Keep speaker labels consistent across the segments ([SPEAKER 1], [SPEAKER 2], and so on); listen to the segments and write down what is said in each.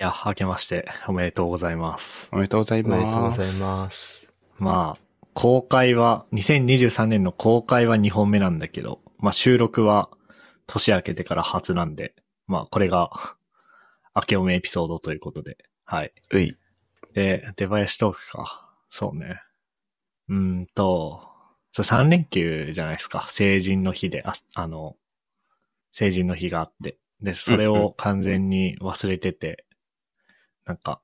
[SPEAKER 1] いや、明けましておめでとうございます。
[SPEAKER 2] おめでとうござい
[SPEAKER 3] お
[SPEAKER 2] ま
[SPEAKER 3] め
[SPEAKER 2] す。
[SPEAKER 3] でとうございます。
[SPEAKER 1] まあ、公開は、2023年の公開は2本目なんだけど、まあ収録は年明けてから初なんで、まあこれが明けおめエピソードということで、はい。
[SPEAKER 2] うい。
[SPEAKER 1] で、出囃子トークか。そうね。うーんと、そう3連休じゃないですか。成人の日で、ああの、成人の日があって。で、それを完全に忘れてて、なんか、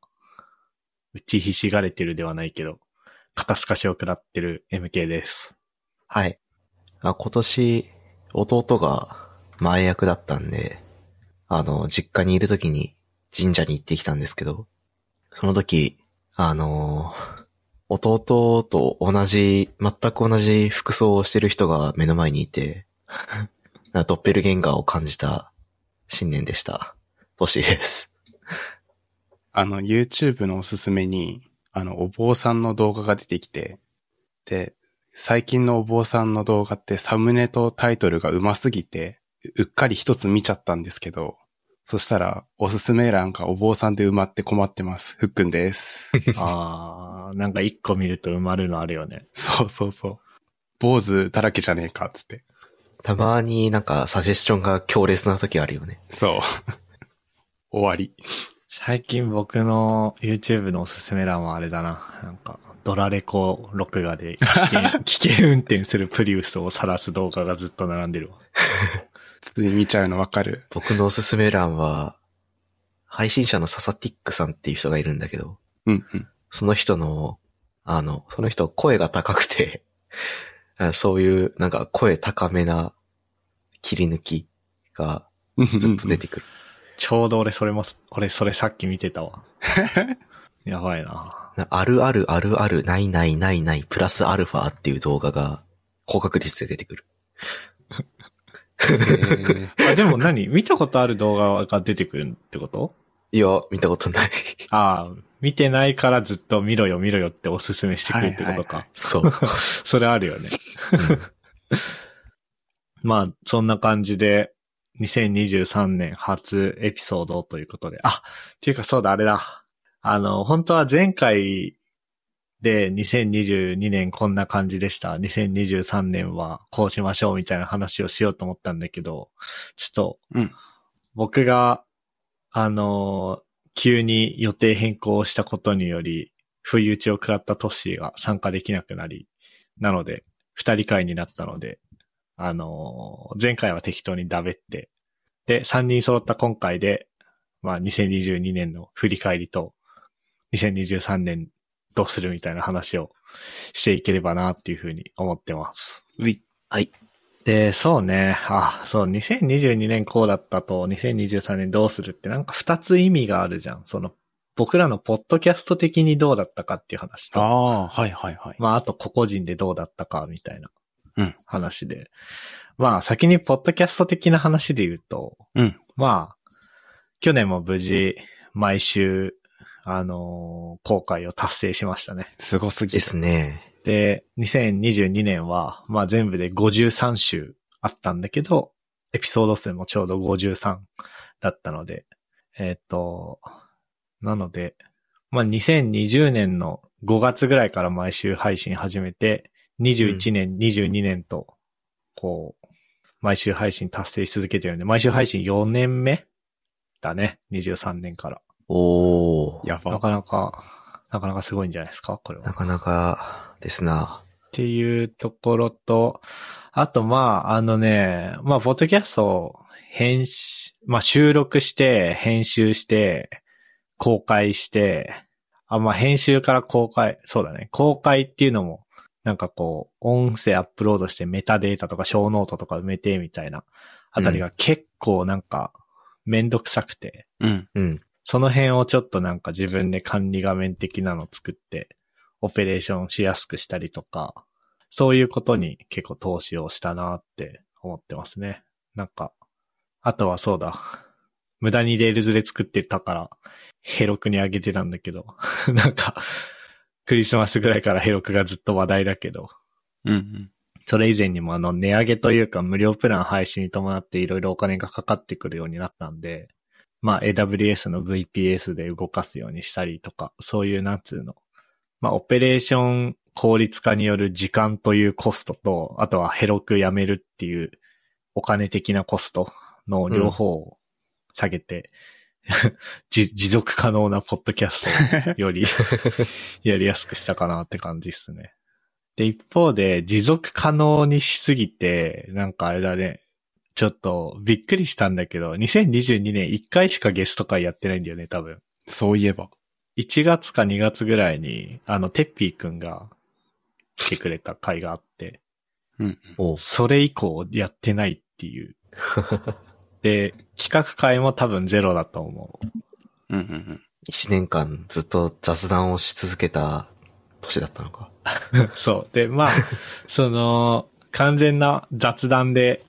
[SPEAKER 1] 打ちひしがれてるではないけど、肩透かしを食らってる MK です。
[SPEAKER 3] はい。あ、今年、弟が前役だったんで、あの、実家にいる時に神社に行ってきたんですけど、その時、あの、弟と同じ、全く同じ服装をしてる人が目の前にいて、 なんかドッペルゲンガーを感じた新年でした。年です。
[SPEAKER 2] あの、YouTube のおすすめに、あの、お坊さんの動画が出てきて、で、最近のお坊さんの動画ってサムネとタイトルがうますぎて、うっかり一つ見ちゃったんですけど、そしたら、おすすめ欄がお坊さんで埋まって困ってます。ふっくん です。
[SPEAKER 1] あー、なんか一個見ると埋まるのあるよね。
[SPEAKER 2] そうそうそう。坊主だらけじゃねえか、つって。
[SPEAKER 3] たまになんかサジェスションが強烈な時あるよね。
[SPEAKER 2] そう。 終わり。
[SPEAKER 1] 最近僕の YouTube のおすすめ欄はあれだな。なんか、ドラレコ録画で危険 危険運転するプリウスを晒す動画がずっと並んでるわ。
[SPEAKER 2] つい見ちゃうのわかる。
[SPEAKER 3] 僕のおすすめ欄は、配信者のササティックさんっていう人がいるんだけど、
[SPEAKER 2] うんうん。
[SPEAKER 3] その人の、あの、その人声が高くて、 あそういう、なんか声高めな切り抜きがずっと出てくる。
[SPEAKER 1] ちょうど俺それも、俺それさっき見てたわ。やばいな。
[SPEAKER 3] なあるあるあるある、ないないないない、プラスアルファっていう動画が高確率で出てくる。
[SPEAKER 2] へえ
[SPEAKER 1] あ、でも何見たことある動画が出てくるってこと
[SPEAKER 3] いや、見たことない。
[SPEAKER 1] ああ、見てないからずっと見ろよ見ろよっておすすめしてくるってことか。
[SPEAKER 2] はいはいはい
[SPEAKER 3] そう。
[SPEAKER 1] それあるよね。 まあ、そんな感じで、2023年初エピソードということで。あ、っていうかそうだ、あれだ。あの、本当は前回で2022年こんな感じでした。2023年はこうしましょうみたいな話をしようと思ったんだけど、ちょっと、
[SPEAKER 2] うん
[SPEAKER 1] 僕が、あの、急に予定変更をしたことにより、不意打ちを食らったトッシーが参加できなくなり、なので、二人会になったので、あのー前回は適当にダベって、で、三人揃った今回で、まあ、2022年の振り返りと、2023年どうするみたいな話をしていければな、っていうふうに思ってます。
[SPEAKER 2] うい。
[SPEAKER 1] で、そうね。あ、そう、2022年こうだったと、2023年どうするって、なんか二つ意味があるじゃん。その、僕らのポッドキャスト的にどうだったかっていう話と。
[SPEAKER 2] ああ、はいはいはい。
[SPEAKER 1] まあ、あと個々人でどうだったか、みたいな
[SPEAKER 2] うん
[SPEAKER 1] 話で。まあ、先にポッドキャスト的な話で言うと、
[SPEAKER 2] うん
[SPEAKER 1] まあ、去年も無事、毎週、あのー公開を達成しましたね。
[SPEAKER 2] すごすぎ
[SPEAKER 3] で
[SPEAKER 2] る。
[SPEAKER 3] すね。
[SPEAKER 1] で、2022年は、まあ全部で53週あったんだけど、エピソード数もちょうど53だったので、えーっ、と、なので、まあ2020年の5月ぐらいから毎週配信始めて、21年、22年と、こう、毎週配信達成し続けてるんで、毎週配信4年目だね、23年から。
[SPEAKER 3] おー。
[SPEAKER 2] や
[SPEAKER 1] な
[SPEAKER 2] ば。
[SPEAKER 1] かなか、なかなかすごいんじゃないですか、これは
[SPEAKER 3] な。かなかですな。
[SPEAKER 1] っていうところと、あと、まあ、あのね、まあ、ポッドキャストを編集、まあ、収録して、編集して、公開して、あ、まあ、編集から公開、そうだね、公開っていうのも、なんかこう、音声アップロードしてメタデータとか小ノートとか埋めて、みたいなあたりが結構なんか、めんどくさくて、
[SPEAKER 2] うん。
[SPEAKER 3] うん。
[SPEAKER 1] その辺をちょっとなんか自分で管理画面的なの作って、オペレーションしやすくしたりとか、そういうことに結構投資をしたなって思ってますね。なんか、あとはそうだ。無駄にレールズで作ってたから、ヘロクにあげてたんだけど、 なんか、クリスマスぐらいからヘロクがずっと話題だけど、
[SPEAKER 2] うんうん。
[SPEAKER 1] それ以前にもあの値上げというか無料プラン廃止に伴っていろいろお金がかかってくるようになったんで、まあ AWS の VPS で動かすようにしたりとか、そういうなんつうの。まあオペレーション効率化による時間というコストと、あとはヘロクやめるっていうお金的なコストの両方を下げて、 じ持続可能なポッドキャストをより やりやすくしたかなって感じですね。で、一方で持続可能にしすぎて、なんかあれだね、ちょっとびっくりしたんだけど、2022年1回しかゲスト会やってないんだよね、多分。
[SPEAKER 2] そういえば。
[SPEAKER 1] 1月か2月ぐらいに、あの、てっぴーくんが来てくれた回があって、
[SPEAKER 2] うん。
[SPEAKER 3] おう
[SPEAKER 1] それ以降やってないっていう。で、企画会も多分ゼロだと思う。
[SPEAKER 2] うんうんうん。
[SPEAKER 3] 一年間ずっと雑談をし続けた年だったのか。
[SPEAKER 1] そう。で、まあ、その、完全な雑談で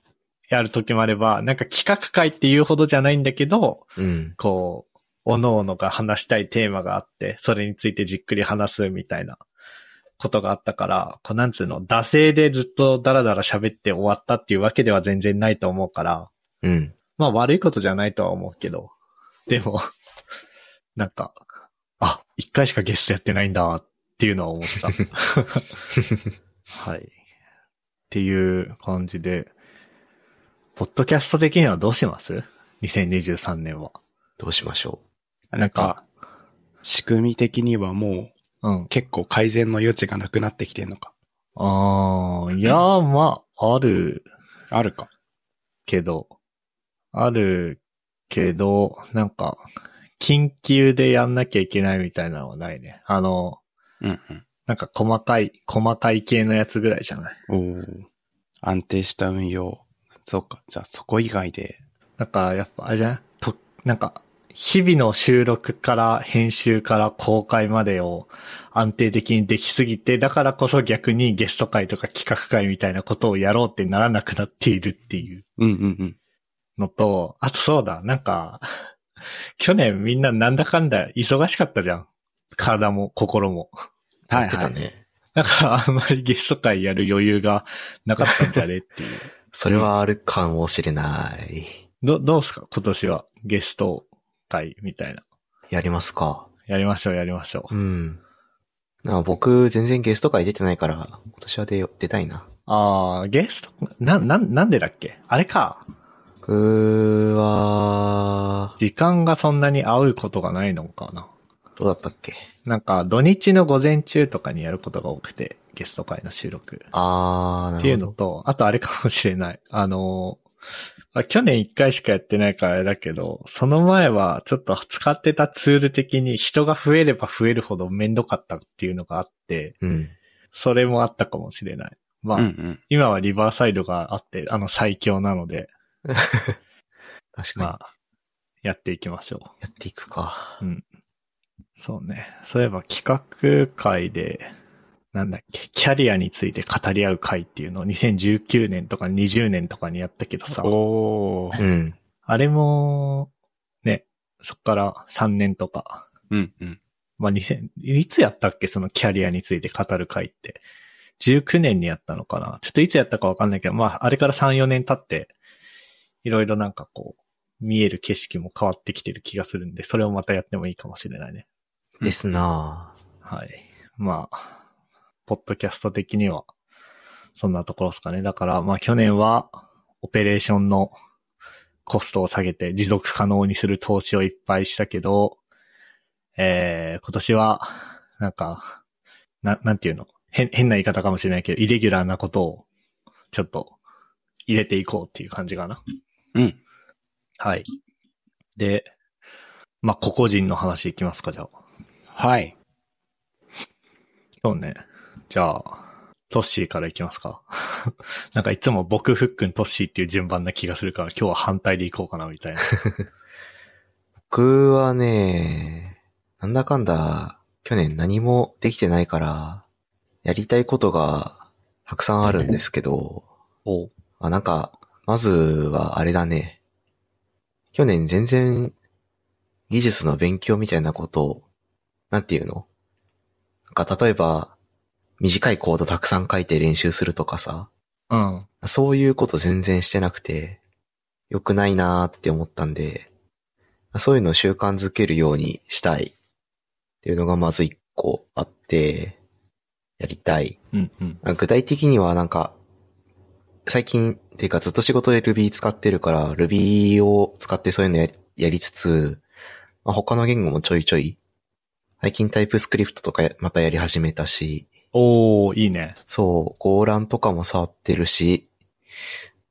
[SPEAKER 1] やるときもあれば、なんか企画会っていうほどじゃないんだけど、
[SPEAKER 3] うん。
[SPEAKER 1] こう、おのおのが話したいテーマがあって、それについてじっくり話すみたいなことがあったから、こうなんつうの、惰性でずっとダラダラ喋って終わったっていうわけでは全然ないと思うから、
[SPEAKER 3] うん。
[SPEAKER 1] まあ悪いことじゃないとは思うけど、でも、なんか、あ、一回しかゲストやってないんだっていうのは思った。はい。っていう感じで、ポッドキャスト的にはどうします ?2023 年は。
[SPEAKER 3] どうしましょ
[SPEAKER 2] なんか、仕組み的にはもう
[SPEAKER 1] うん。
[SPEAKER 2] 結構改善の余地がなくなってきてんのか。
[SPEAKER 1] ああ、いやー、まあ、ある
[SPEAKER 2] あるか。
[SPEAKER 1] けど、あるけど、なんか、緊急でやんなきゃいけないみたいなのはないね。あの、
[SPEAKER 2] うんうん。
[SPEAKER 1] なんか細かい、細かい系のやつぐらいじゃない。
[SPEAKER 2] おー安定した運用。そうか。じゃあそこ以外で。
[SPEAKER 1] なんか、やっぱ、あれじゃないと、なんか、日々の収録から編集から公開までを安定的にできすぎて、だからこそ逆にゲスト会とか企画会みたいなことをやろうってならなくなっているっていう。
[SPEAKER 2] うんうんうん。
[SPEAKER 1] のと、あとそうだ、なんか、去年みんななんだかんだ忙しかったじゃん。体も心も。
[SPEAKER 3] う。
[SPEAKER 2] はい
[SPEAKER 3] やって
[SPEAKER 2] は
[SPEAKER 3] た
[SPEAKER 2] い。
[SPEAKER 3] ね。
[SPEAKER 1] だからあんまりゲスト会やる余裕がなかったんじゃねっていう。
[SPEAKER 3] それはあるかもしれない。
[SPEAKER 1] ど、どうすか今年はゲスト会みたいな。
[SPEAKER 3] やりますか。
[SPEAKER 1] やりましょう、やりましょう。
[SPEAKER 3] うん。なんか僕、全然ゲスト会出てないから、今年は出よ出たいな。
[SPEAKER 1] あー、ゲスト、な、な、なんでだっけあれか。
[SPEAKER 3] 僕は、
[SPEAKER 1] 時間がそんなに合うことがないのかな。
[SPEAKER 3] どうだったっけ
[SPEAKER 1] なんか、土日の午前中とかにやることが多くて、ゲスト会の収録。
[SPEAKER 3] あー、なるほど。
[SPEAKER 1] っていうのと、あとあれかもしれない。 あのー、あ去年一回しかやってないからあれだけど、その前はちょっと使ってたツール的に人が増えれば増えるほどめんどかったっていうのがあって、
[SPEAKER 3] うん。
[SPEAKER 1] それもあったかもしれない。まあ、
[SPEAKER 2] うんうん。
[SPEAKER 1] 今はリバーサイドがあって、あの最強なので、
[SPEAKER 3] 確かに。
[SPEAKER 1] まあ、やっていきましょう。
[SPEAKER 3] やっていくか。
[SPEAKER 1] そうね。そういえば企画会で、なんだっけ、キャリアについて語り合う会っていうのを2019年とか20年とかにやったけどさ。
[SPEAKER 2] おー
[SPEAKER 3] うん。
[SPEAKER 1] あれも、ね、そっから3年とか。
[SPEAKER 2] うんうん。
[SPEAKER 1] まあ、2000、いつやったっけそのキャリアについて語る会って。19年にやったのかなちょっといつやったかわかんないけど、まあ、あれから3、4年経って、いろいろなんかこう、見える景色も変わってきてる気がするんで、それをまたやってもいいかもしれないね。
[SPEAKER 3] ですなぁ
[SPEAKER 1] はい。まあ、ポッドキャスト的には、そんなところですかね。だから、まあ去年は、オペレーションのコストを下げて持続可能にする投資をいっぱいしたけど、えー、今年は、なんか、な、なんていうの変、変な言い方かもしれないけど、イレギュラーなことを、ちょっと、入れていこうっていう感じかな。
[SPEAKER 2] うん。
[SPEAKER 1] はい。で、まあ、個々人の話いきますか、じゃあ。
[SPEAKER 2] はい。
[SPEAKER 1] そうね。じゃあ、トッシーからいきますか。 なんかいつも僕、フックン、トッシーっていう順番な気がするから、今日は反対でいこうかな、みたいな。
[SPEAKER 3] 僕はね、なんだかんだ、去年何もできてないから、やりたいことがたくさんあるんですけど、
[SPEAKER 1] おう
[SPEAKER 3] あ、なんか、まずはあれだね。去年全然、技術の勉強みたいなことを、なんていうのなんか例えば、短いコードたくさん書いて練習するとかさ、
[SPEAKER 1] うん。
[SPEAKER 3] そういうこと全然してなくて、良くないなーって思ったんで、そういうのを習慣づけるようにしたいっていうのがまず一個あって、やりたい。
[SPEAKER 1] うんうん。
[SPEAKER 3] あ具体的にはなんか、最近っていうかずっと仕事で Ruby 使ってるから Ruby を使ってそういうのやりやりつつ、まあ、他の言語もちょいちょい。最近 TypeScript とかやまたやり始めたし、
[SPEAKER 1] おー、いいね。
[SPEAKER 3] そう、ゴーランとかも触ってるし、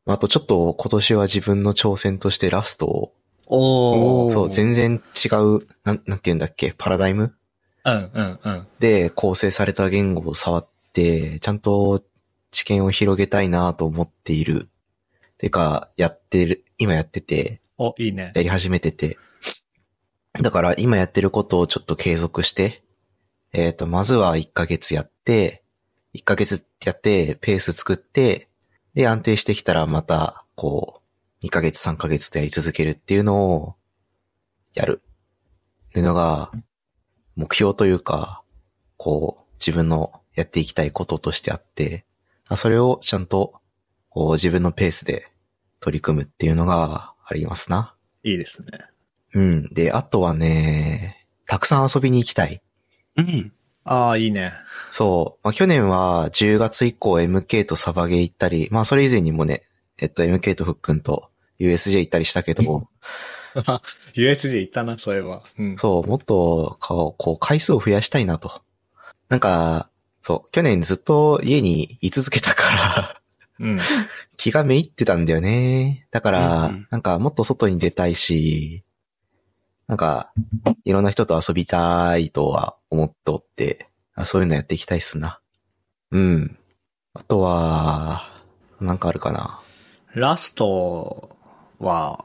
[SPEAKER 3] あとちょっと今年は自分の挑戦としてラストを、
[SPEAKER 1] お
[SPEAKER 2] ー
[SPEAKER 3] そう、全然違う、なん、なんて言うんだっけ、パラダイム
[SPEAKER 1] うんうんうん。
[SPEAKER 3] で構成された言語を触って、ちゃんと知見を広げたいなと思っている。てか、やってる、今やってて、
[SPEAKER 1] お、いいね。
[SPEAKER 3] やり始めてて。だから今やってることをちょっと継続して、えっ、と、まずは1ヶ月やって、1ヶ月やって、ペース作って、で、安定してきたらまた、こう、2ヶ月、3ヶ月とやり続けるっていうのを、やる。いうのが、目標というか、こう、自分のやっていきたいこととしてあって、あそれをちゃんと、こう、自分のペースで取り組むっていうのがありますな。
[SPEAKER 1] いいですね。
[SPEAKER 3] うん。で、あとはね、たくさん遊びに行きたい。
[SPEAKER 2] うん。
[SPEAKER 1] あー、いいね。
[SPEAKER 3] そう。まあ、去年は10月以降 MK とサバゲー行ったり、まあそれ以前にもね、えっと MK とふっくんと USJ 行ったりしたけど、
[SPEAKER 1] USJ 行ったな、そういえば。うん。
[SPEAKER 3] そう、もっとこう、こう回数を増やしたいなと。なんか、そう、去年ずっと家に居続けたから、
[SPEAKER 1] うん。
[SPEAKER 3] 気がめいってたんだよね。だから、
[SPEAKER 2] うんうん
[SPEAKER 3] なんかもっと外に出たいし、なんか、いろんな人と遊びたいとは思っておって、あそういうのやっていきたいっすな。うん。あとは、なんかあるかな。
[SPEAKER 1] ラストは、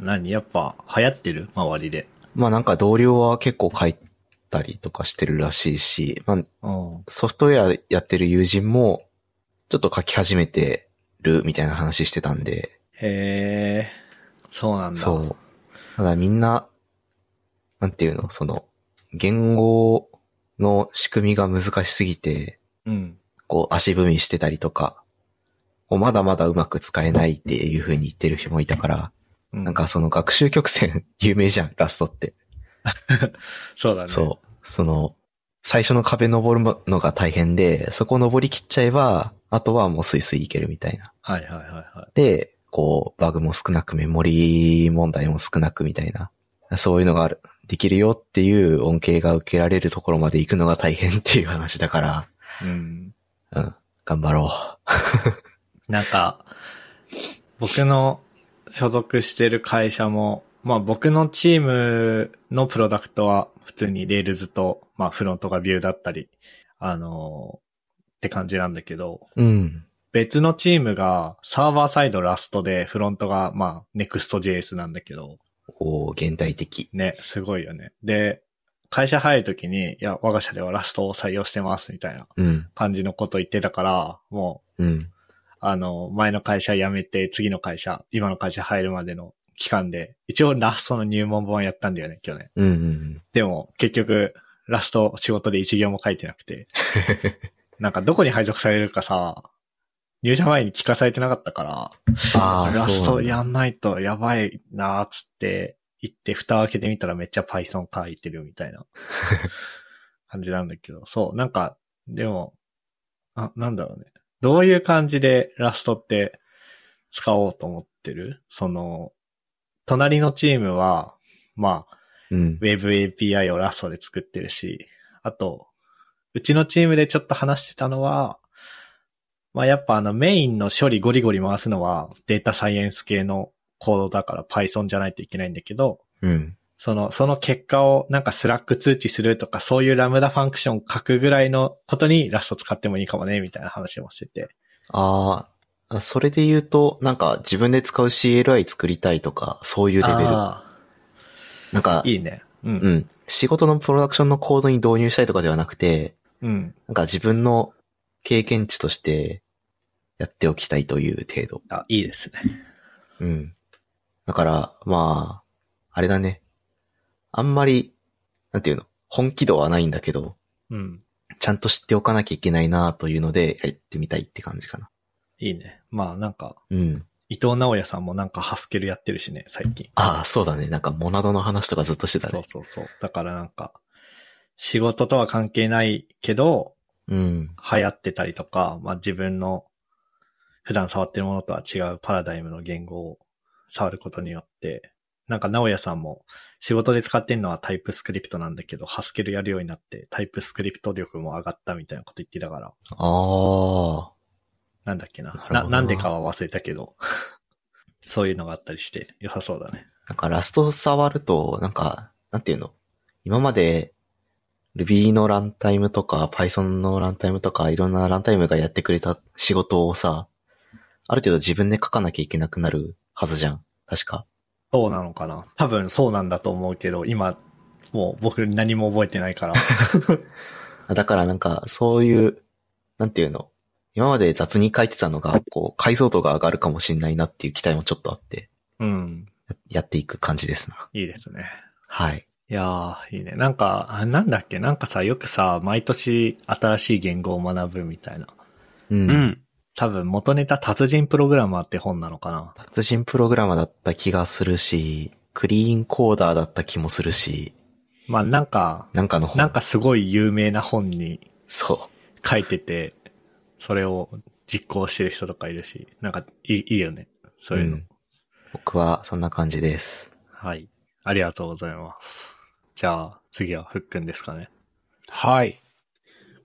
[SPEAKER 1] 何やっぱ流行ってる周りで。
[SPEAKER 3] まあなんか同僚は結構書いたりとかしてるらしいし、まあ
[SPEAKER 1] うん。
[SPEAKER 3] ソフトウェアやってる友人も、ちょっと書き始めてるみたいな話してたんで、
[SPEAKER 1] へー。そうなんだ。
[SPEAKER 3] そう。ただみんな、なんていうの、その、言語の仕組みが難しすぎて、
[SPEAKER 1] うん。
[SPEAKER 3] こう足踏みしてたりとか、こうまだまだうまく使えないっていう風に言ってる人もいたから、
[SPEAKER 1] な
[SPEAKER 3] なん、かその学習曲線 有名じゃん、ラストって。
[SPEAKER 1] そうだね。
[SPEAKER 3] そう。その、最初の壁登るのが大変で、そこ登り切っちゃえば、あとはもうスイスイいけるみたいな。
[SPEAKER 1] はいはいはいはい。
[SPEAKER 3] で、こう、バグも少なく、メモリー問題も少なくみたいな、そういうのがある、できるよっていう恩恵が受けられるところまで行くのが大変っていう話だから、
[SPEAKER 1] うん。
[SPEAKER 3] うん、頑張ろ
[SPEAKER 1] なんか、僕の所属してる会社も、まあ僕のチームのプロダクトは普通に Rails と、まあフロントがビューだったり、あのって感じなんだけど、
[SPEAKER 3] う。うん。
[SPEAKER 1] 別のチームがサーバーサイドラストでフロントがまあ Next.js なんだけど、
[SPEAKER 3] おー、現代的。
[SPEAKER 1] ね、すごいよね。で、会社入るときに、いや、我が社ではラストを採用してますみたいな
[SPEAKER 3] うん、
[SPEAKER 1] 感じのこと言ってたから、もう
[SPEAKER 3] うん、
[SPEAKER 1] あの、前の会社辞めて、次の会社、今の会社入るまでの期間で、一応ラストの入門本やったんだよね、去年。
[SPEAKER 3] うん、うん。
[SPEAKER 1] でも、結局、ラスト仕事で一行も書いてなくて。なんか、どこに配属されるかさ、入社前に聞かされてなかったから、
[SPEAKER 3] ああ、
[SPEAKER 1] ラス
[SPEAKER 3] そ
[SPEAKER 1] ト
[SPEAKER 3] う
[SPEAKER 1] や
[SPEAKER 3] なんだ。
[SPEAKER 1] んないとやばいなーっつって、行って蓋開けてみたらめっちゃ Python 書いてるみたい な感じなんだけど、そう、なんか、でも、あ、なんだろうね。どういう感じでラストって使おうと思ってるその、隣のチームは、まあ、
[SPEAKER 3] うん、
[SPEAKER 1] Web API をラストで作ってるし、あと、うちのチームでちょっと話してたのは、まあやっぱあのメインの処理ゴリゴリ回すのはデータサイエンス系のコードだから Python じゃないといけないんだけど、
[SPEAKER 3] うん、
[SPEAKER 1] その、その結果をなんかスラック通知するとかそういうラムダファンクション書くぐらいのことにラスト使ってもいいかもね、みたいな話もしてて。
[SPEAKER 3] ああ、それで言うと、なんか自分で使う CLI 作りたいとか、そういうレベル。
[SPEAKER 1] あ
[SPEAKER 3] なんか
[SPEAKER 1] あ、いいね。うん。
[SPEAKER 3] う
[SPEAKER 1] うん。
[SPEAKER 3] ん。仕事のプロダクションのコードに導入したいとかではなくて、なんか自分の経験値としてやっておきたいという程度。
[SPEAKER 1] あ、いいですね。
[SPEAKER 3] うん。だから、まあ、あれだね。あんまり、なんていうの、本気度はないんだけど、
[SPEAKER 1] うん。
[SPEAKER 3] ちゃんと知っておかなきゃいけないなというので、やってみたいって感じかな。
[SPEAKER 1] いいね。まあなんか、
[SPEAKER 3] うん。
[SPEAKER 1] い伊藤直也さんもなんかハスケルやってるしね、最近。
[SPEAKER 3] ああ、そうだね。なんかモナドの話とかずっとしてた
[SPEAKER 1] そ
[SPEAKER 3] ね
[SPEAKER 1] う。そうそう。だからなんか、仕事とは関係ないけど、
[SPEAKER 3] うん。
[SPEAKER 1] 流行ってたりとか、まあ自分の普段触ってるものとは違うパラダイムの言語を触ることによって、なんか直也さんも仕事で使ってるのはタイプスクリプトなんだけど、ハスケルやるようになってタイプスクリプト力も上がったみたいなこと言ってたから、
[SPEAKER 3] ああ。
[SPEAKER 1] なんだっけな。
[SPEAKER 3] なるほ
[SPEAKER 1] な
[SPEAKER 3] どな
[SPEAKER 1] なんでかは忘れたけど、 そういうのがあったりして良さそうだね。
[SPEAKER 3] なんかラスト触ると、なんか、なんていうの今まで Ruby のランタイムとか Python のランタイムとかいろんなランタイムがやってくれた仕事をさ、ある程度自分で書かなきゃいけなくなるはずじゃん。確か。
[SPEAKER 1] そうなのかな多分そうなんだと思うけど、今、もう僕何も覚えてない から。
[SPEAKER 3] だからなんか、そういう、なんていうの今まで雑に書いてたのが、こう、解像度が上がるかもしれないなっていう期待もちょっとあって、
[SPEAKER 1] うん。
[SPEAKER 3] やっていく感じですな。
[SPEAKER 1] いいですね。
[SPEAKER 3] はい。
[SPEAKER 1] いやー、いいね。なんか、あなんだっけなんかさ、よくさ、毎年新しい言語を学ぶみたいな。
[SPEAKER 3] うん。
[SPEAKER 2] うん。
[SPEAKER 1] 多分元ネタ達人プログラマーって本なのかな
[SPEAKER 3] 達人プログラマーだった気がするし、クリーンコーダーだった気もするし、
[SPEAKER 1] まあなんか、
[SPEAKER 3] なんかの本。
[SPEAKER 1] なんかすごい有名な本に
[SPEAKER 3] そ
[SPEAKER 1] 書いてて、それを実行してる人とかいるし、なんかいいいいよね。
[SPEAKER 3] う。
[SPEAKER 1] そういうの。
[SPEAKER 3] ん僕はそんな感じです。
[SPEAKER 1] はい。ありがとうございます。じゃあ、次はふっくんですかね。
[SPEAKER 2] はい。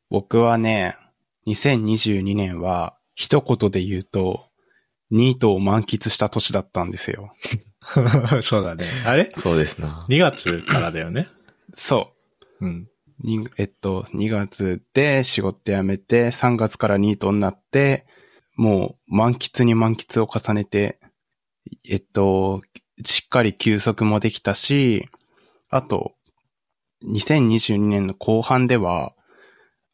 [SPEAKER 2] 僕はね、2022年は、一言で言うと、ニートを満喫した年だったんですよ。
[SPEAKER 1] そうだね。あれ
[SPEAKER 3] そうですな。
[SPEAKER 1] ?2 月からだよね。
[SPEAKER 2] そ
[SPEAKER 1] うん。
[SPEAKER 2] う。にえっと、2月で仕事辞めて、3月からニートになって、もう満喫に満喫を重ねて、えっと、しっかり休息もできたし、あと、2022年の後半では、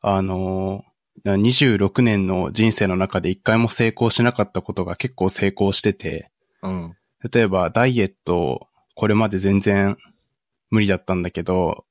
[SPEAKER 2] あの、26年の人生の中で一回も成功しなかったことが結構成功してて、
[SPEAKER 1] うん。
[SPEAKER 2] 例えばダイエット、これまで全然無理だったんだけど、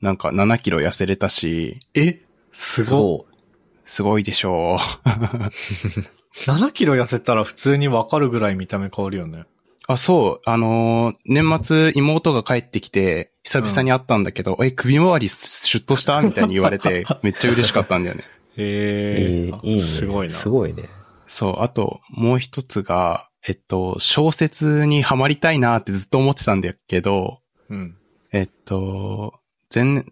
[SPEAKER 2] なんか7キロ痩せれたし、
[SPEAKER 1] えすごい。
[SPEAKER 3] そ
[SPEAKER 2] すごいでしょう。
[SPEAKER 1] 7キロ痩せたら普通にわかるぐらい見た目変わるよね。
[SPEAKER 2] あ、そう、あのー年末妹が帰ってきて、久々に会ったんだけど、え、首周りシュッとしたみたいに言われて、 めっちゃ嬉しかったんだよね。
[SPEAKER 3] う。
[SPEAKER 1] え
[SPEAKER 3] え
[SPEAKER 1] ー
[SPEAKER 3] ー、いいね。
[SPEAKER 1] すごいな。
[SPEAKER 3] すごいね。
[SPEAKER 2] そう、あと、もう一つが、えっと、小説にハマりたいなってずっと思ってたんだけど、
[SPEAKER 1] うん。
[SPEAKER 2] えっと、全、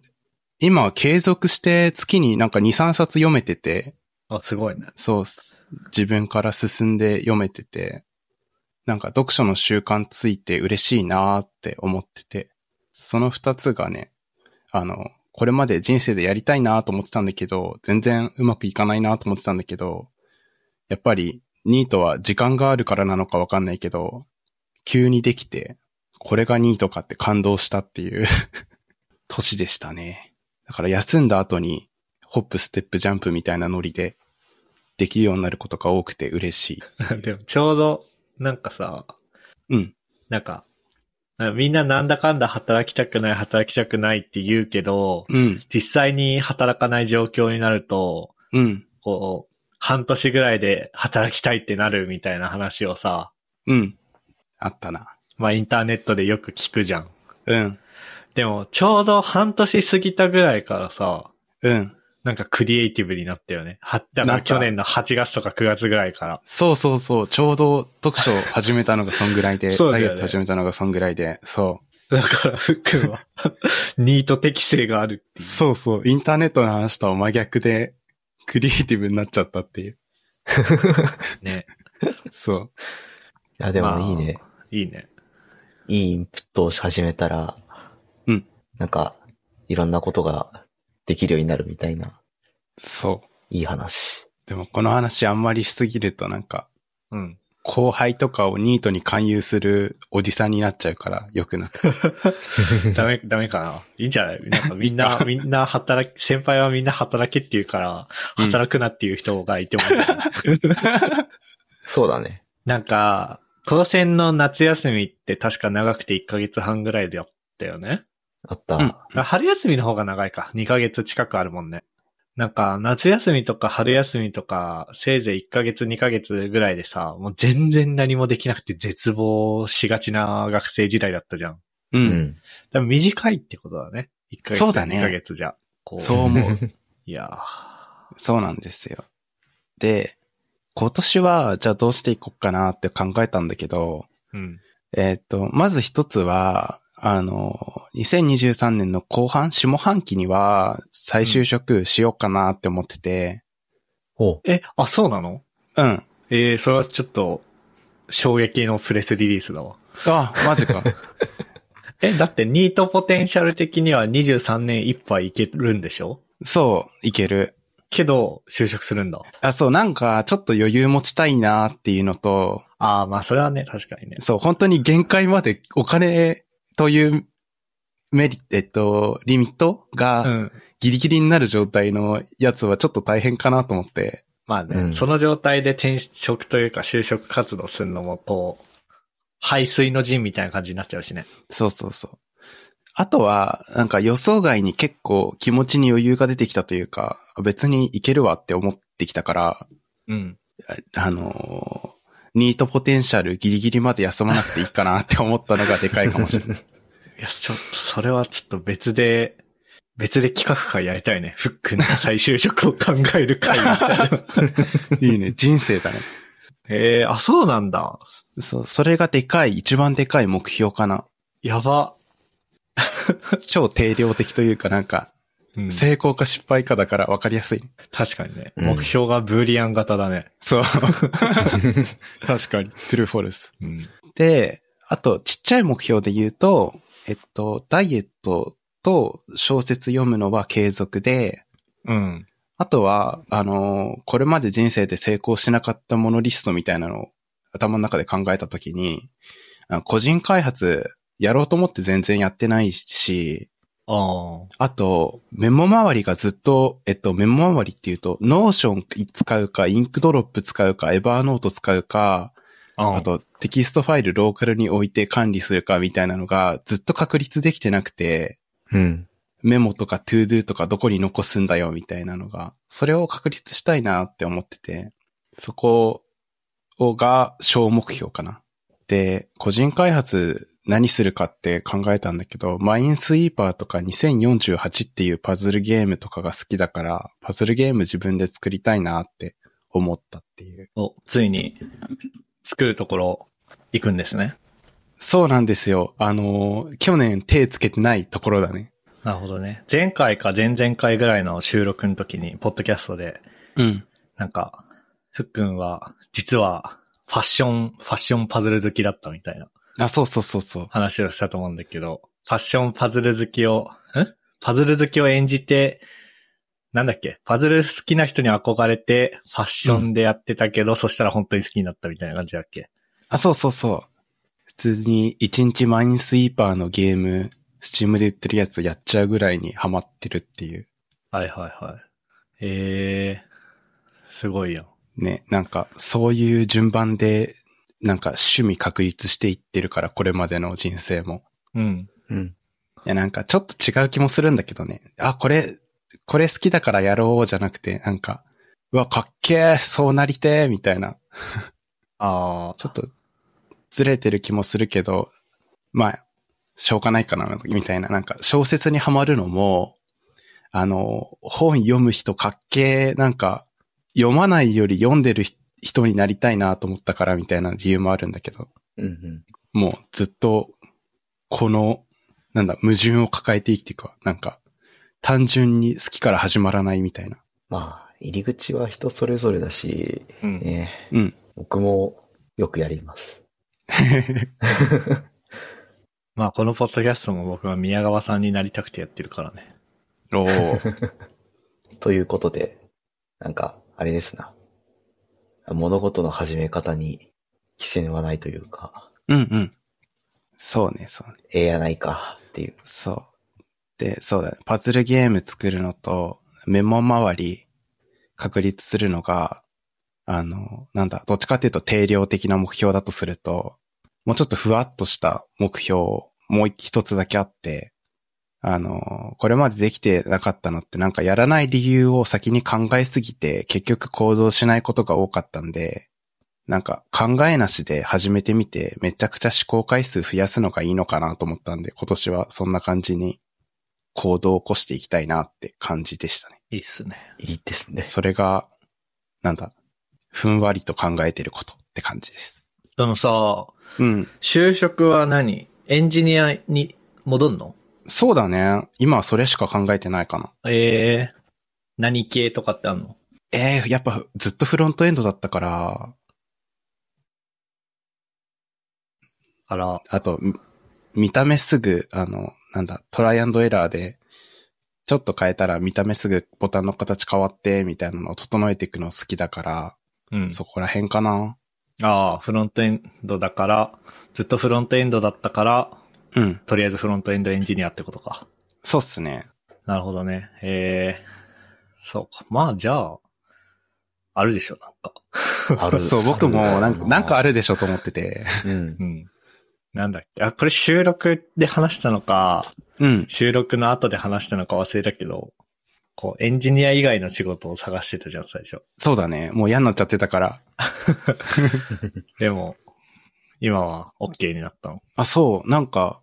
[SPEAKER 2] 今は継続して月になんか2、3冊読めてて、
[SPEAKER 1] あ、すごいね。
[SPEAKER 2] そう、す自分から進んで読めてて、なんか読書の習慣ついて嬉しいなーって思ってて、その2つがね、あの、これまで人生でやりたいなーと思ってたんだけど、全然うまくいかないなーと思ってたんだけど、やっぱりニートは時間があるからなのかわかんないけど、急にできて、これがニートかって感動したっていう 年でしたね。だから休んだ後に、ホップ、ステップ、ジャンプみたいなノリで、できるようになることが多くて嬉しい。
[SPEAKER 1] でも、ちょうど、なんかさ、
[SPEAKER 2] うん。
[SPEAKER 1] なんか、なんかみんななんだかんだ働きたくない、働きたくないって言うけど、
[SPEAKER 2] うん。
[SPEAKER 1] 実際に働かない状況になると、
[SPEAKER 2] うん。
[SPEAKER 1] こう、半年ぐらいで働きたいってなるみたいな話をさ、
[SPEAKER 2] うん。あったな。
[SPEAKER 1] まあインターネットでよく聞くじゃん。
[SPEAKER 2] うん。
[SPEAKER 1] でも、ちょうど半年過ぎたぐらいからさ、
[SPEAKER 2] うん。
[SPEAKER 1] なんかクリエイティブになったよね。は、だか
[SPEAKER 2] なっ
[SPEAKER 1] ら
[SPEAKER 2] た
[SPEAKER 1] 去年の8月とか9月ぐらいから。
[SPEAKER 2] そうそうそう。ちょうど読書を始めたのが そんぐらいで、
[SPEAKER 1] そうだ
[SPEAKER 2] ダイエ
[SPEAKER 1] よね
[SPEAKER 2] ット始めたのがそんぐらいで、そ
[SPEAKER 1] だから、ふっくんは、 ニート適性があるって
[SPEAKER 2] う。
[SPEAKER 1] いう。
[SPEAKER 2] そうそう。インターネットの話とは真逆で、クリエイティブになっちゃったっていう。
[SPEAKER 1] ね。
[SPEAKER 2] そう。
[SPEAKER 3] いや、でもいいね。
[SPEAKER 1] いいね。
[SPEAKER 3] いいインプットをし始めたら、
[SPEAKER 2] うん。
[SPEAKER 3] なんか、いろんなことができるようになるみたいな、
[SPEAKER 2] そう。
[SPEAKER 3] い い話。
[SPEAKER 2] でもこの話あんまりしすぎるとなんか、
[SPEAKER 1] うん。
[SPEAKER 2] 後輩とかをニートに勧誘するおじさんになっちゃうから、良くなくて。
[SPEAKER 1] ダメ、ダメかないいんじゃないなんかみんな、みんな働き、先輩はみんな働けっていうから、
[SPEAKER 2] うん
[SPEAKER 1] 働くなっていう人がいてもいいんじゃ ない
[SPEAKER 3] そうだね。
[SPEAKER 1] なんか、高専の夏休みって確か長くて1ヶ月半ぐらいでやったよね。
[SPEAKER 3] あった。
[SPEAKER 2] うん
[SPEAKER 1] あ春休みの方が長いか。2ヶ月近くあるもんね。なんか、夏休みとか春休みとか、せいぜい1ヶ月2ヶ月ぐらいでさ、もう全然何もできなくて絶望しがちな学生時代だったじゃん。
[SPEAKER 2] う。
[SPEAKER 3] うんん。
[SPEAKER 1] 多分短いってことだね。1ヶ月。
[SPEAKER 2] そうだね
[SPEAKER 1] 2ヶ月じゃ。こ
[SPEAKER 2] そう思う。
[SPEAKER 1] いや
[SPEAKER 2] そうなんですよ。で、今年は、じゃあどうしていこうかなって考えたんだけど、
[SPEAKER 1] ーうん。
[SPEAKER 2] えーっと、まず一つは、あの、2023年の後半、下半期には再就職しようかなって思ってて、
[SPEAKER 3] お
[SPEAKER 1] え、あ、そうなの
[SPEAKER 2] うん。
[SPEAKER 1] えー、それはちょっと、衝撃のプレスリリースだわ。
[SPEAKER 2] あ、マ ジか。
[SPEAKER 1] え、だってニートポテンシャル的には23年いっぱいいけるんでしょ
[SPEAKER 2] そう、いける。
[SPEAKER 1] けど、就職するんだ。
[SPEAKER 2] あ、そう、なんか、ちょっと余裕持ちたいなっていうのと、
[SPEAKER 1] ああ、まあそれはね、確かにね。
[SPEAKER 2] そう、本当に限界までお金というメリット、えっと、リミット
[SPEAKER 1] う
[SPEAKER 2] が
[SPEAKER 1] ん。
[SPEAKER 2] ギリギリになる状態のやつはちょっと大変かなと思って。
[SPEAKER 1] まあね、
[SPEAKER 3] うん
[SPEAKER 1] その状態で転職というか就職活動するのもこう、排水の陣みたいな感じになっちゃうしね。
[SPEAKER 2] そうそうそう。あとは、なんか予想外に結構気持ちに余裕が出てきたというか、別にいけるわって思ってきたから、
[SPEAKER 1] うん。
[SPEAKER 2] ああのーニートポテンシャルギリギリまで休まなくていいかなって思ったのが でかいかもしれない。
[SPEAKER 1] いや、ちょっと、それはちょっと別で、別で企画会やりたいね。フックの再就職を考える会みたい な。
[SPEAKER 2] いいね、人生だね。
[SPEAKER 1] えー、あ、そうなんだ。
[SPEAKER 2] そう、それがでかい、一番でかい目標かな。
[SPEAKER 1] やば。
[SPEAKER 2] 超定量的というかなんか、
[SPEAKER 1] うん
[SPEAKER 2] 成功か失敗かだから分かりやすい。
[SPEAKER 1] 確かにね。
[SPEAKER 3] うん
[SPEAKER 1] 目標がブーリアン型だね。
[SPEAKER 2] そう。確かに。トゥルーフォルス。
[SPEAKER 1] うん。
[SPEAKER 2] で、あと、ちっちゃい目標で言うと、えっと、ダイエットと小説読むのは継続で、
[SPEAKER 1] うん。
[SPEAKER 2] あとは、あのーこれまで人生で成功しなかったものリストみたいなのを頭の中で考えたときに、あ個人開発やろうと思って全然やってないし、
[SPEAKER 1] ああ。
[SPEAKER 2] あと、メモ周りがずっと、えっと、メモ周りっていうと、ノーション使うか、インクドロップ使うか、エバーノート使うか、
[SPEAKER 1] あ
[SPEAKER 2] あと、テキストファイルローカルに置いて管理するかみたいなのが、ずっと確立できてなくて、
[SPEAKER 3] うん。
[SPEAKER 2] メモとかトゥードゥとかどこに残すんだよみたいなのが、それを確立したいなって思ってて、そこをが小目標かな。で、個人開発何するかって考えたんだけど、マインスイーパーとか2048っていうパズルゲームとかが好きだから、パズルゲーム自分で作りたいなって思ったっていう。
[SPEAKER 1] お、ついに、作るところ、行くんですね。
[SPEAKER 2] そうなんですよ。あのー、去年手つけてないところだね。
[SPEAKER 1] なるほどね。前回か前々回ぐらいの収録の時に、ポッドキャストで、
[SPEAKER 2] うん。
[SPEAKER 1] なんか、ふっくんは、実は、ファッション、ファッションパズル好きだったみたいな
[SPEAKER 2] あ、そうそうそうそう。
[SPEAKER 1] 話をしたと思うんだけど、ファッションパズル好きを、んパズル好きを演じて、なんだっけパズル好きな人に憧れて、ファッションでやってたけど、そしたら本当に好きになったみたいな感じだっけ
[SPEAKER 2] あ、そうそうそう。普通に1日マインスイーパーのゲーム、スチームで売ってるやつやっちゃうぐらいにハマってるっていう。
[SPEAKER 1] はいはいはい。えー、すごいよ。
[SPEAKER 2] ね、なんかそういう順番で、なんか趣味確立していってるから、これまでの人生も。
[SPEAKER 1] うん。
[SPEAKER 3] うん。
[SPEAKER 2] いや、なんかちょっと違う気もするんだけどね。あ、これ、これ好きだからやろうじゃなくて、なんか、うわ、かっけー、そうなりてー、みたいな。
[SPEAKER 1] あ
[SPEAKER 2] ちょっと、ずれてる気もするけど、まあ、しょうがないかな、みたいな。なんか、小説にハマるのも、あの、本読む人かっけー、なんか、読まないより読んでるひ人になりたいなと思ったから、みたいな理由もあるんだけど、
[SPEAKER 3] うんうん。
[SPEAKER 2] もうずっと、この、なんだ、矛盾を抱えて生きていくわ。なんか、単純に好きから始まらないみたいな。
[SPEAKER 3] まあ、入り口は人それぞれだし、
[SPEAKER 1] あ。うん。
[SPEAKER 3] ね、
[SPEAKER 2] うん。
[SPEAKER 3] 僕もよくや ります。
[SPEAKER 1] まあ、このポッドキャストも僕は宮川さんになりたくてやってるからね。
[SPEAKER 2] おー
[SPEAKER 3] ということで、なんか、あれですな。物事の始め方に、規制はないというか、
[SPEAKER 2] うんうん。そうね、そうね。
[SPEAKER 3] ええやないかっていう。
[SPEAKER 2] そう。で、そうだね。パズルゲーム作るのと、メモ周り、確立するのが、あの、なんだ、どっちかっていうと定量的な目標だとすると、もうちょっとふわっとした目標、もう一つだけあって、あの、これまでできてなかったのってなんかやらない理由を先に考えすぎて結局行動しないことが多かったんで、なんか考えなしで始めてみてめちゃくちゃ試行回数増やすのがいいのかなと思ったんで、今年はそんな感じに行動を起こしていきたいなって感じでしたね。
[SPEAKER 1] いいっすね。
[SPEAKER 3] いいですね。
[SPEAKER 2] それが、なんだ、ふんわりと考えてることって感じです。
[SPEAKER 1] あのさ、
[SPEAKER 2] うん。
[SPEAKER 1] 就職は何エンジニアに戻んの
[SPEAKER 2] そうだね。今はそれしか考えてないかな。
[SPEAKER 1] ええ何系とかってあんの
[SPEAKER 2] ええやっぱずっとフロントエンドだったから、
[SPEAKER 1] あら、
[SPEAKER 2] あと、み見た目すぐ、あの、なんだ、トライアンドエラーで、ちょっと変えたら見た目すぐボタンの形変わって、みたいなのを整えていくの好きだから、
[SPEAKER 1] うん。
[SPEAKER 2] そこら辺かな。
[SPEAKER 1] ああ、フロントエンドだから、ずっとフロントエンドだったから、
[SPEAKER 2] うん。
[SPEAKER 1] とりあえずフロントエンドエンジニアってことか。
[SPEAKER 2] そうっすね。
[SPEAKER 1] なるほどね。ええそうか。まあ、じゃあ、あるでしょ、なんか。
[SPEAKER 3] ある
[SPEAKER 2] そう、僕もなんか、なんかあ
[SPEAKER 3] る。
[SPEAKER 2] るでしょと思ってて。
[SPEAKER 3] うん
[SPEAKER 1] う。ん。なんだっけ。あ、これ収録で話したのか、
[SPEAKER 2] うん。
[SPEAKER 1] 収録の後で話したのか忘れたけど、こう、エンジニア以外の仕事を探してたじゃん、最初。
[SPEAKER 2] そうだね。もう嫌になっちゃってたから。
[SPEAKER 1] でも、今は OK になったの。
[SPEAKER 2] あ、そう、なんか、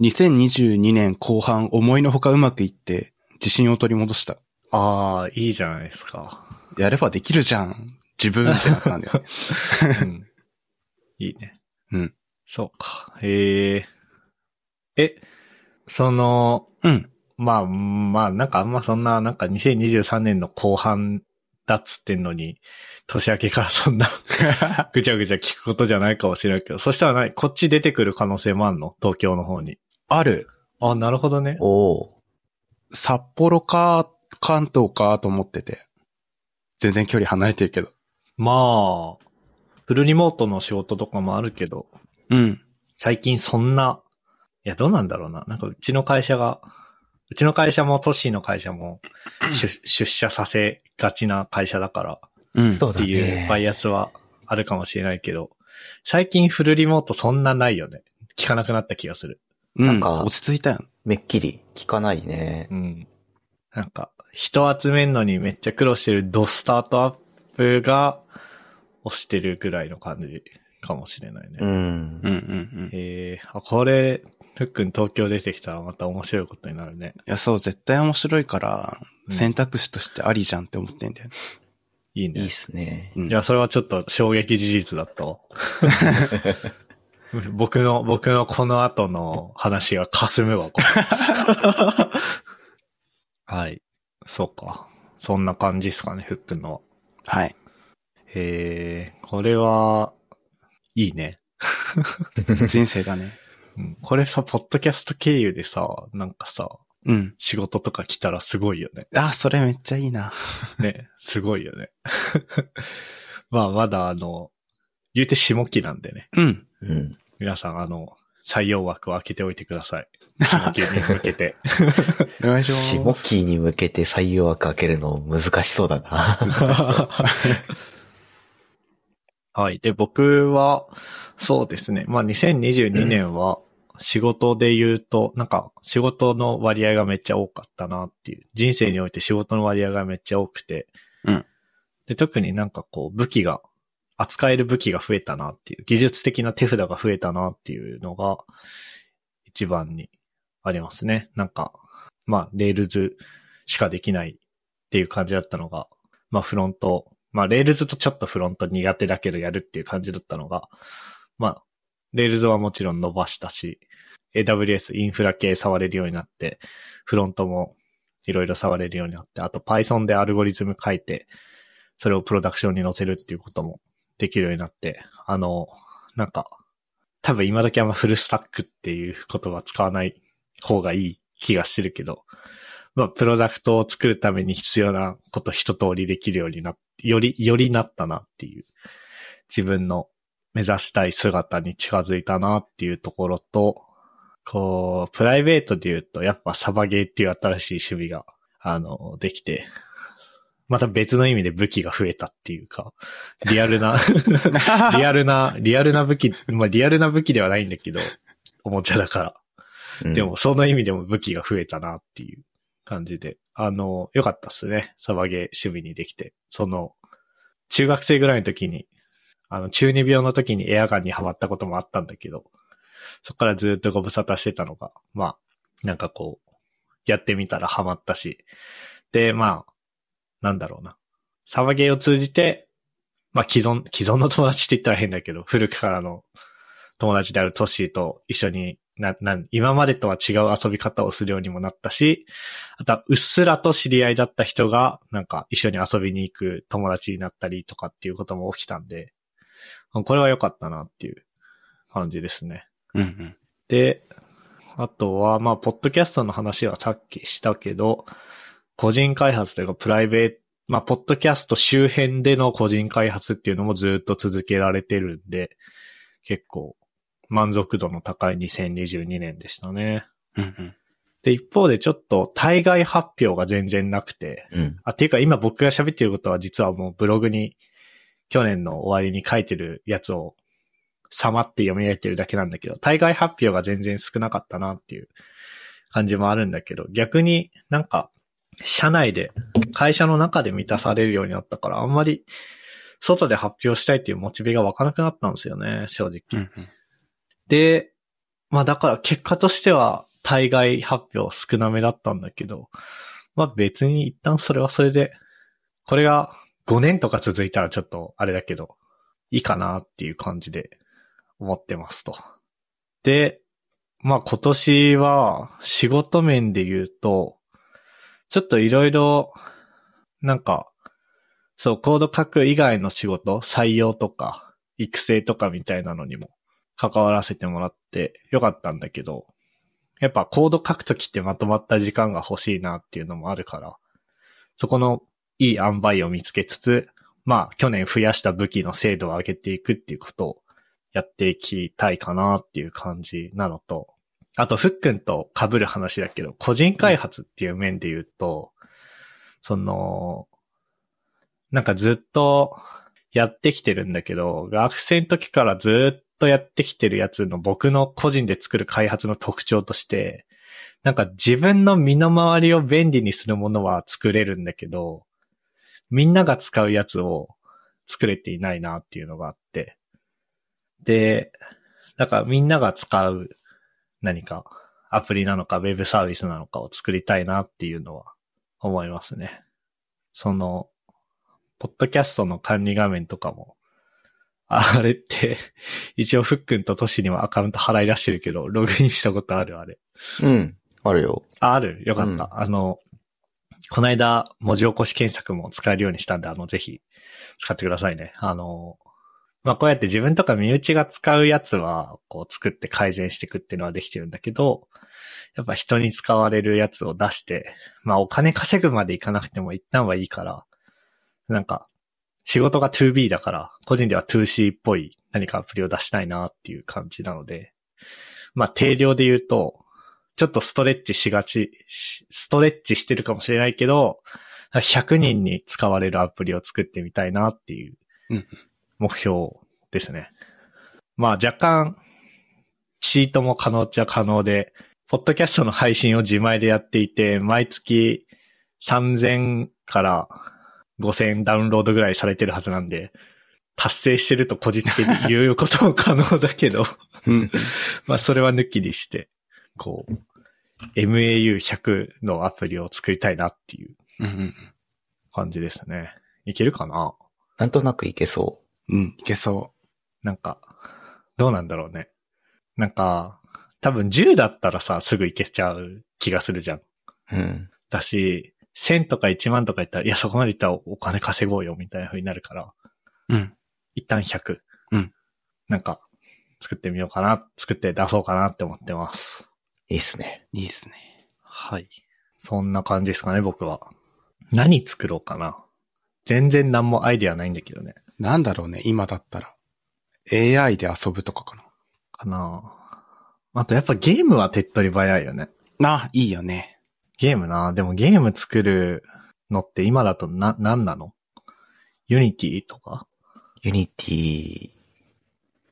[SPEAKER 2] 2022年後半思いのほかうまくいって、自信を取り戻した。
[SPEAKER 1] ああ、いいじゃないですか。
[SPEAKER 2] やればできるじゃん。自分ってなったんだよね。
[SPEAKER 1] うん。いいね。
[SPEAKER 2] うん。
[SPEAKER 1] そうか。えええ、その、
[SPEAKER 2] うん。
[SPEAKER 1] まあ、うんまあ、なんかあんまそんな、なんか2023年の後半だっつってんのに、年明けからそ んな、ぐちゃぐちゃ聞くことじゃないかもしれないけど、そしたら何こっち出てくる可能性もあんの東京の方に。
[SPEAKER 2] ある。
[SPEAKER 1] あ、なるほどね。
[SPEAKER 3] おー
[SPEAKER 2] 札幌か、関東かと思ってて。全然距離離れてるけど。
[SPEAKER 1] まあ、フルリモートの仕事とかもあるけど、
[SPEAKER 2] うん。
[SPEAKER 1] 最近そんな、いや、どうなんだろうな。なんかうちの会社が、うちの会社も都市の会社 も出出社させがちな会社だから、
[SPEAKER 2] うん。
[SPEAKER 3] そう
[SPEAKER 1] って
[SPEAKER 3] だ
[SPEAKER 1] い
[SPEAKER 3] ね
[SPEAKER 1] う。バイアスはあるかもしれないけど、最近フルリモートそんなないよね。聞かなくなった気がする。
[SPEAKER 2] う
[SPEAKER 3] なんんか
[SPEAKER 2] 落ち着いたよ。
[SPEAKER 3] めっきり聞かないね
[SPEAKER 1] う。ん。なんか、人集めんのにめっちゃ苦労してるドスタートアップが押してるぐらいの感じかもしれないね。
[SPEAKER 3] うん
[SPEAKER 2] うん。うんうん。い
[SPEAKER 1] えー、あ、これ、ふっくん東京出てきたらまた面白いことになるね。
[SPEAKER 2] や、そう、絶対面白いから、
[SPEAKER 1] うん
[SPEAKER 2] 選択肢としてありじゃんって思ってんだよね。
[SPEAKER 1] いいね。
[SPEAKER 3] いいっすね。
[SPEAKER 2] うん
[SPEAKER 1] いや、それはちょっと衝撃事実だったわ。僕の、僕のこの後の話が霞むわ、これはい。そうか。そんな感じですかね、フックの。
[SPEAKER 2] はい。
[SPEAKER 1] えー、これは、いいね。
[SPEAKER 2] 人生だね。
[SPEAKER 1] うんこれさ、ポッドキャスト経由でさ、なんかさ、
[SPEAKER 2] うん。
[SPEAKER 1] 仕事とか来たらすごいよね。
[SPEAKER 2] あ、それめっちゃいいな。
[SPEAKER 1] ね、すごいよね。 まあ、まだあの、言うて下期なんでね。
[SPEAKER 2] うん。
[SPEAKER 3] うん。
[SPEAKER 1] 皆さん、あの、採用枠を開けておいてください。下級に向けて。
[SPEAKER 2] お願いし
[SPEAKER 3] 下
[SPEAKER 2] ます。
[SPEAKER 3] 期に向けて採用枠開けるの難しそうだな。
[SPEAKER 1] はい。で、僕は、そうですね。まあ、2022年は、仕事で言うと、なんか、仕事の割合がめっちゃ多かったなっていう。人生において仕事の割合がめっちゃ多くて。
[SPEAKER 2] うん。
[SPEAKER 1] で、特になんかこう、武器が、扱える武器が増えたなっていう、技術的な手札が増えたなっていうのが、一番にありますね。なんか、まあ、レールズしかできないっていう感じだったのが、まあ、フロント、まあ、レールズとちょっとフロント苦手だけどやるっていう感じだったのが、まあ、レールズはもちろん伸ばしたし、AWS インフラ系触れるようになって、フロントもいろいろ触れるようになって、あと Python でアルゴリズム書いて、それをプロダクションに載せるっていうこともできるようになって、あの、なんか、多分今時あんまフルスタックっていう言葉使わない方がいい気がしてるけど、まあ、プロダクトを作るために必要なこと一通りできるようになっ、より、よりなったなっていう、自分の目指したい姿に近づいたなっていうところと、こう、プライベートで言うと、やっぱサバゲーっていう新しい趣味が、あの、できて、また別の意味で武器が増えたっていうか、リアルな、 リアルな、リアルな武器、まあリアルな武器ではないんだけど、おもちゃだから。
[SPEAKER 3] うん
[SPEAKER 1] でも、その意味でも武器が増えたなっていう感じで。あの、良かったっすね。サバゲー趣味にできて。その、中学生ぐらいの時に、あの、中二病の時にエアガンにハマったこともあったんだけど、そこからずっとご無沙汰してたのが、まあ、なんかこう、やってみたらハマったし。で、まあ、なんだろうな。サバゲーを通じて、まあ既存、既存の友達って言ったら変だけど、古くからの友達であるトッシーと一緒にな、なん、今までとは違う遊び方をするようにもなったし、あとはうっすらと知り合いだった人が、なんか一緒に遊びに行く友達になったりとかっていうことも起きたんで、あこれは良かったなっていう感じですね。
[SPEAKER 2] うんうん。
[SPEAKER 1] で、あとは、まあ、ポッドキャストの話はさっきしたけど、個人開発というかプライベート、まあ、ポッドキャスト周辺での個人開発っていうのもずっと続けられてるんで、結構満足度の高い2022年でしたね。
[SPEAKER 2] うんうん。
[SPEAKER 1] で、一方でちょっと対外発表が全然なくて、
[SPEAKER 3] うん。
[SPEAKER 1] あ、っていうか今僕が喋ってることは実はもうブログに去年の終わりに書いてるやつをさまって読み上げてるだけなんだけど、対外発表が全然少なかったなっていう感じもあるんだけど、逆になんか社内で会社の中で満たされるようになったから、あんまり外で発表したいっていうモチベが湧かなくなったんですよね、正直。
[SPEAKER 2] うんうん。
[SPEAKER 1] で、まあだから結果としては対外発表少なめだったんだけど、まあ別に一旦それはそれで、これが5年とか続いたらちょっとあれだけど、いいかなっていう感じで思ってますと。で、まあ今年は仕事面で言うと、ちょっといろいろ、なんか、そう、コード書く以外の仕事、採用とか、育成とかみたいなのにも関わらせてもらってよかったんだけど、やっぱコード書くときってまとまった時間が欲しいなっていうのもあるから、そこのいい塩梅を見つけつつ、まあ去年増やした武器の精度を上げていくっていうことをやっていきたいかなっていう感じなのと、あとふっくんと被る話だけど、個人開発っていう面で言うと、その、なんかずっとやってきてるんだけど、学生の時からずっとやってきてるやつの僕の個人で作る開発の特徴として、なんか自分の身の回りを便利にするものは作れるんだけど、みんなが使うやつを作れていないなっていうのがあって。で、なんかみんなが使う何かアプリなのかウェブサービスなのかを作りたいなっていうのは思いますね。その、ポッドキャストの管理画面とかも、ああれって、一応、ふっくんとトシにはアカウント払い出してるけど、ログインしたことあるあれ。
[SPEAKER 3] うん。あるよ。
[SPEAKER 1] あ、あるよかった。
[SPEAKER 3] うん
[SPEAKER 1] あの、この間、文字起こし検索も使えるようにしたんで、あの、ぜひ、使ってくださいね。あの、まあ、こうやって自分とか身内が使うやつは、こう、作って改善していくっていうのはできてるんだけど、やっぱ人に使われるやつを出して、まあ、お金稼ぐまでいかなくても一旦はいいから、なんか、仕事が 2B だから、個人では 2C っぽい何かアプリを出したいなっていう感じなので、まあ、定量で言うと、ちょっとストレッチしがち、しストレッチしてるかもしれないけど、100人に使われるアプリを作ってみたいなっていう
[SPEAKER 2] うん
[SPEAKER 1] 目標ですね。まあ若干、チートも可能っちゃ可能で、ポッドキャストの配信を自前でやっていて、毎月3000から5000ダウンロードぐらいされてるはずなんで、達成してるとこじつけて言うことも可能だけど、
[SPEAKER 2] うん。
[SPEAKER 1] まあそれは抜きにして、こう、MAU100 のアプリを作りたいなっていう
[SPEAKER 2] うんうん
[SPEAKER 1] 感じですね。いけるかな
[SPEAKER 3] なんとなくいけそ
[SPEAKER 2] うん。うん。いけそ
[SPEAKER 1] なんか、どうなんだろうね。なんか、多分10だったらさ、すぐいけちゃう気がするじゃん。
[SPEAKER 3] う。うん。
[SPEAKER 1] だし、1000とか1万とか言ったら、いや、そこまでいったらお金稼ごうよ、みたいな風になるから、
[SPEAKER 2] う。うん。
[SPEAKER 1] 一旦100。
[SPEAKER 2] うん。
[SPEAKER 1] なんか、作ってみようかな、作って出そうかなって思ってます。
[SPEAKER 3] いいっすね。
[SPEAKER 2] いいっすね。
[SPEAKER 1] はい。そんな感じですかね、僕は。何作ろうかな。全然何もアイディアないんだけどね。
[SPEAKER 2] なんだろうね、今だったら。AI で遊ぶとかかな。
[SPEAKER 1] かなあとやっぱゲームは手っ取り早いよね。
[SPEAKER 2] なあ、いいよね。
[SPEAKER 1] ゲームなでもゲーム作るのって今だとな、何なのユニティとか
[SPEAKER 3] ユニティ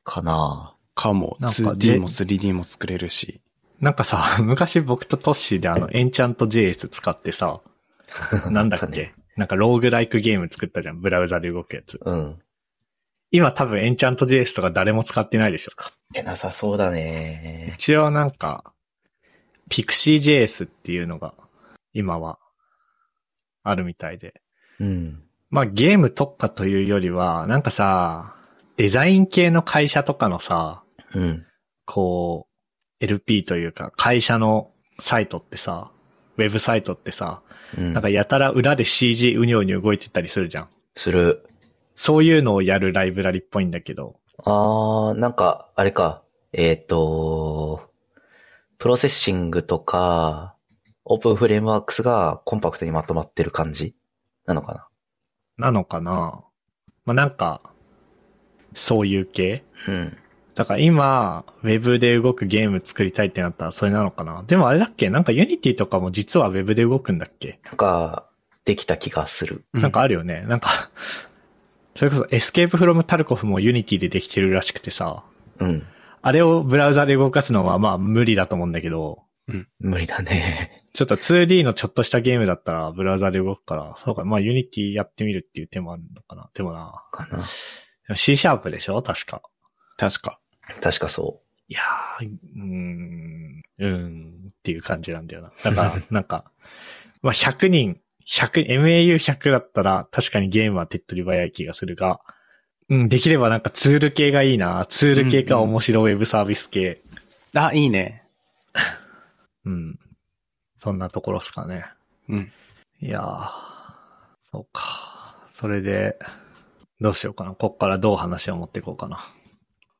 [SPEAKER 3] かな
[SPEAKER 2] かも、
[SPEAKER 1] なんか
[SPEAKER 2] 2D
[SPEAKER 1] で
[SPEAKER 2] も 3D も作れるし。
[SPEAKER 1] なんかさ、 昔僕とトッシーであの、エンチャント JS 使ってさ、 なんだっけ、
[SPEAKER 3] あたね
[SPEAKER 1] なんかローグライクゲーム作ったじゃん。ブラウザで動くやつ。
[SPEAKER 3] うん。
[SPEAKER 1] 今多分エンチャント JS とか誰も使ってないでしょ。
[SPEAKER 3] え、なさそうだね。
[SPEAKER 1] 一応なんか、ピクシー JS っていうのが今はあるみたいで。
[SPEAKER 3] うん。
[SPEAKER 1] まあゲーム特化というよりは、なんかさ、デザイン系の会社とかのさ、
[SPEAKER 3] うん。
[SPEAKER 1] こう、LP というか会社のサイトってさ、ウェブサイトってさ、
[SPEAKER 3] うん。
[SPEAKER 1] なんかやたら裏で CG うにょうにょ動いてたりするじゃん。
[SPEAKER 3] する。
[SPEAKER 1] そういうのをやるライブラリっぽいんだけど、
[SPEAKER 3] あー、なんか、あれか。えっ、と、プロセッシングとか、オープンフレームワークスがコンパクトにまとまってる感じなのか
[SPEAKER 1] なのかなまあなんか、そういう系
[SPEAKER 3] なうん。
[SPEAKER 1] だから今、ウェブで動くゲーム作りたいってなったらそれなのかなでもあれだっけなんか Unity とかも実はウェブで動くんだっけ
[SPEAKER 3] なんか、できた気がする。
[SPEAKER 1] なんかあるよね。なんか、それこそ Escape from Tarkov も Unity でできてるらしくてさ、
[SPEAKER 3] うん。
[SPEAKER 1] あれをブラウザで動かすのはまあ無理だと思うんだけど、
[SPEAKER 3] 無理だね。
[SPEAKER 1] ちょっと 2D のちょっとしたゲームだったらブラウザで動くから、そうか、まあ Unity やってみるっていう手もあるのかな。でもな、
[SPEAKER 3] かな。
[SPEAKER 1] でも C シャープでしょ確か。
[SPEAKER 2] 確か。
[SPEAKER 3] 確かそ
[SPEAKER 1] いやー、うーん、うーんっていう感じなんだよな。だから、なんか、まあ、100人、100、MAU100 だったら確かにゲームは手っ取り早い気がするが、うん、できればなんかツール系がいいな。ツール系か
[SPEAKER 2] うんうん
[SPEAKER 1] 面白いウェブサービス系。
[SPEAKER 2] あ、いいね。
[SPEAKER 1] うん、そんなところっすかね。
[SPEAKER 2] うん。
[SPEAKER 1] いやー、そうか。それで、どうしようかな。こっからどう話を持っていこうかな。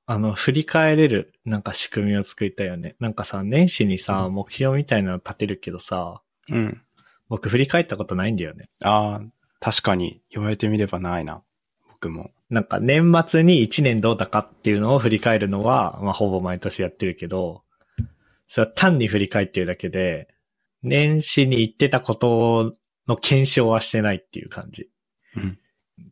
[SPEAKER 1] あの、振り返れる、なんか仕組みを作りたいよね。なんかさ、年始にさ、目標みたいなの立てるけどさ、
[SPEAKER 2] うん。
[SPEAKER 1] 僕振り返ったことないんだよね。
[SPEAKER 2] あー確かに言われてみればないな。僕も。
[SPEAKER 1] なんか年末に1年どうだかっていうのを振り返るのは、まあほぼ毎年やってるけど、それは単に振り返ってるだけで、年始に言ってたことの検証はしてないっていう感じ。
[SPEAKER 2] うん。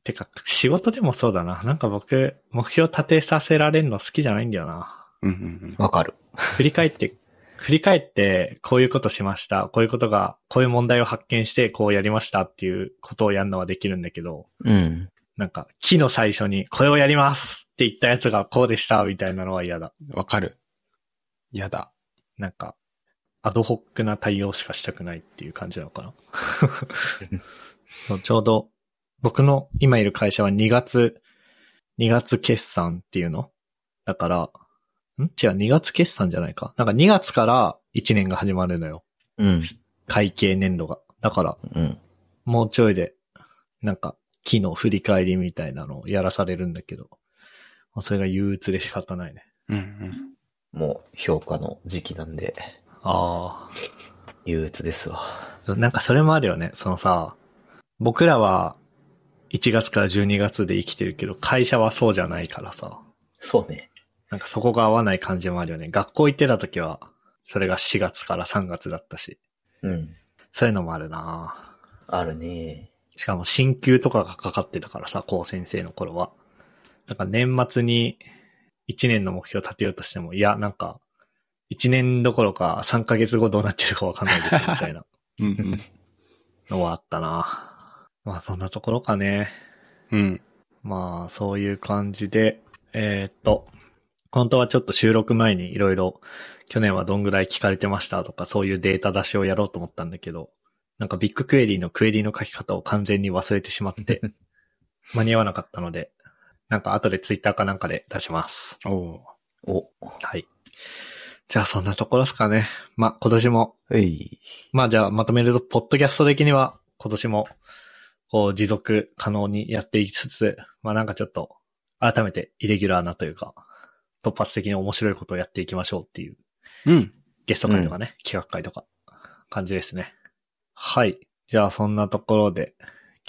[SPEAKER 1] てか、仕事でもそうだな。なんか僕、目標立てさせられるの好きじゃないんだよな。
[SPEAKER 2] うんうん
[SPEAKER 3] う。わかる。
[SPEAKER 1] 振り返って、振り返って、こういうことしました。こういうことが、こういう問題を発見して、こうやりましたっていうことをやるのはできるんだけど、
[SPEAKER 3] うん。
[SPEAKER 1] なんか、木の最初に、これをやりますって言ったやつがこうでした、みたいなのは嫌だ。
[SPEAKER 2] うん。わかる。やだ。
[SPEAKER 1] なんか、アドホックな対応しかしたくないっていう感じなのかな。そうちょうど、僕の今いる会社は2月、2月決算っていうのだから、ん違う、2月決算じゃないか。なんか2月から1年が始まるのよ。
[SPEAKER 3] うん。
[SPEAKER 1] 会計年度が。だから、
[SPEAKER 3] うん。
[SPEAKER 1] もうちょいで、なんか、木の振り返りみたいなのをやらされるんだけど、もうそれが憂鬱で仕方ないね。
[SPEAKER 2] うんうん。
[SPEAKER 3] もう、評価の時期なんで、
[SPEAKER 1] ああ。
[SPEAKER 3] 憂鬱ですわ。
[SPEAKER 1] なんかそれもあるよね。そのさ、僕らは1月から12月で生きてるけど、会社はそうじゃないからさ、
[SPEAKER 3] そうね。
[SPEAKER 1] なんかそこが合わない感じもあるよね。学校行ってた時は、それが4月から3月だったし、
[SPEAKER 3] うん。
[SPEAKER 1] そういうのもあるな
[SPEAKER 3] あるね。
[SPEAKER 1] しかも進級とかがかかってたからさ、高先生の頃は。なんか年末に1年の目標を立てようとしても、いや、なんか、1年どころか3ヶ月後どうなってるかわかんないです、みたいな
[SPEAKER 2] うん
[SPEAKER 1] のはあったなまあそんなところかね。
[SPEAKER 2] うん。うん。
[SPEAKER 1] まあ、そういう感じで、えーっと、本当はちょっと収録前にいろいろ、去年はどんぐらい聞かれてましたとか、そういうデータ出しをやろうと思ったんだけど、なんかビッグクエリーのクエリーの書き方を完全に忘れてしまって、間に合わなかったので、なんか後でツイッターかなんかで出します。
[SPEAKER 2] おおー。
[SPEAKER 3] お、
[SPEAKER 1] はい。じゃあそんなところですかね。まあ今年も、
[SPEAKER 3] えい。
[SPEAKER 1] まあじゃあまとめると、ポッドキャスト的には今年も、こう持続可能にやっていきつつ、まあなんかちょっと、改めてイレギュラーなというか、突発的に面白いことをやっていきましょうっていう、
[SPEAKER 2] うん。
[SPEAKER 1] ゲスト会とかね、企画会とか、感じですね。はい。じゃあそんなところで、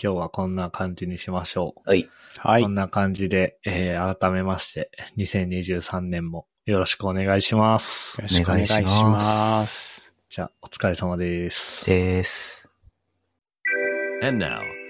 [SPEAKER 1] 今日はこんな感じにしましょう。
[SPEAKER 3] はい。
[SPEAKER 2] はい
[SPEAKER 1] こん。な感じで、えー、改めまして、2023年もよろしくお願いします
[SPEAKER 2] よ。ろしくお願いし
[SPEAKER 3] お願いし
[SPEAKER 2] ま。
[SPEAKER 3] ます
[SPEAKER 1] じゃあ、お疲れ様です。
[SPEAKER 3] です。
[SPEAKER 4] And now,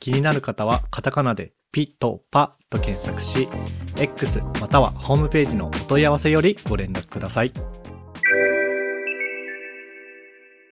[SPEAKER 1] 気になる方はカタカナでピトパと検索し、X またはホームページのお問い合わせよりご連絡ください。